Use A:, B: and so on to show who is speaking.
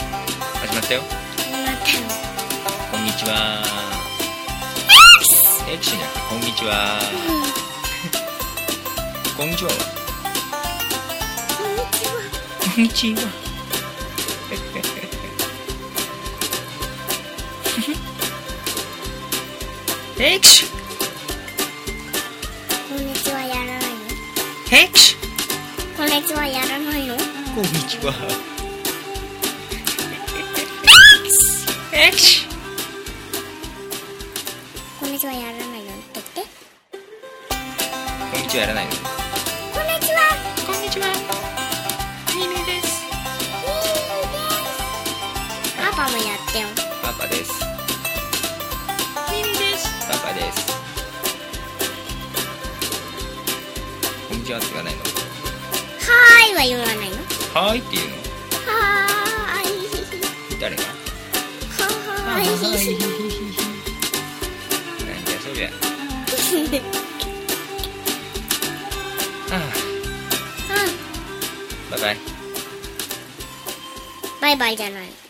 A: ったよ
B: またの
A: こんにちはエクシーじゃなくてこんにちは
B: うん
A: こんにちは
B: こんにちは
A: こんにちはエクシー
B: こんにちはやらないの
A: エクシー
B: こんにちはやらないの
A: こんにちはエクシー
B: こんにちはやらないのって言って
A: こんにちはやらないの
B: こんにちは
A: こんにちはミミです
B: パパもやってよ
A: パパです
B: ミミです
A: パパですこんにちはって言わないの
B: はーいは言わないの
A: はーいって言うの
B: はーい
A: 誰が
B: はーい
A: なんじゃそりゃ
B: うん
A: ああバイバイ
B: バイバイじゃない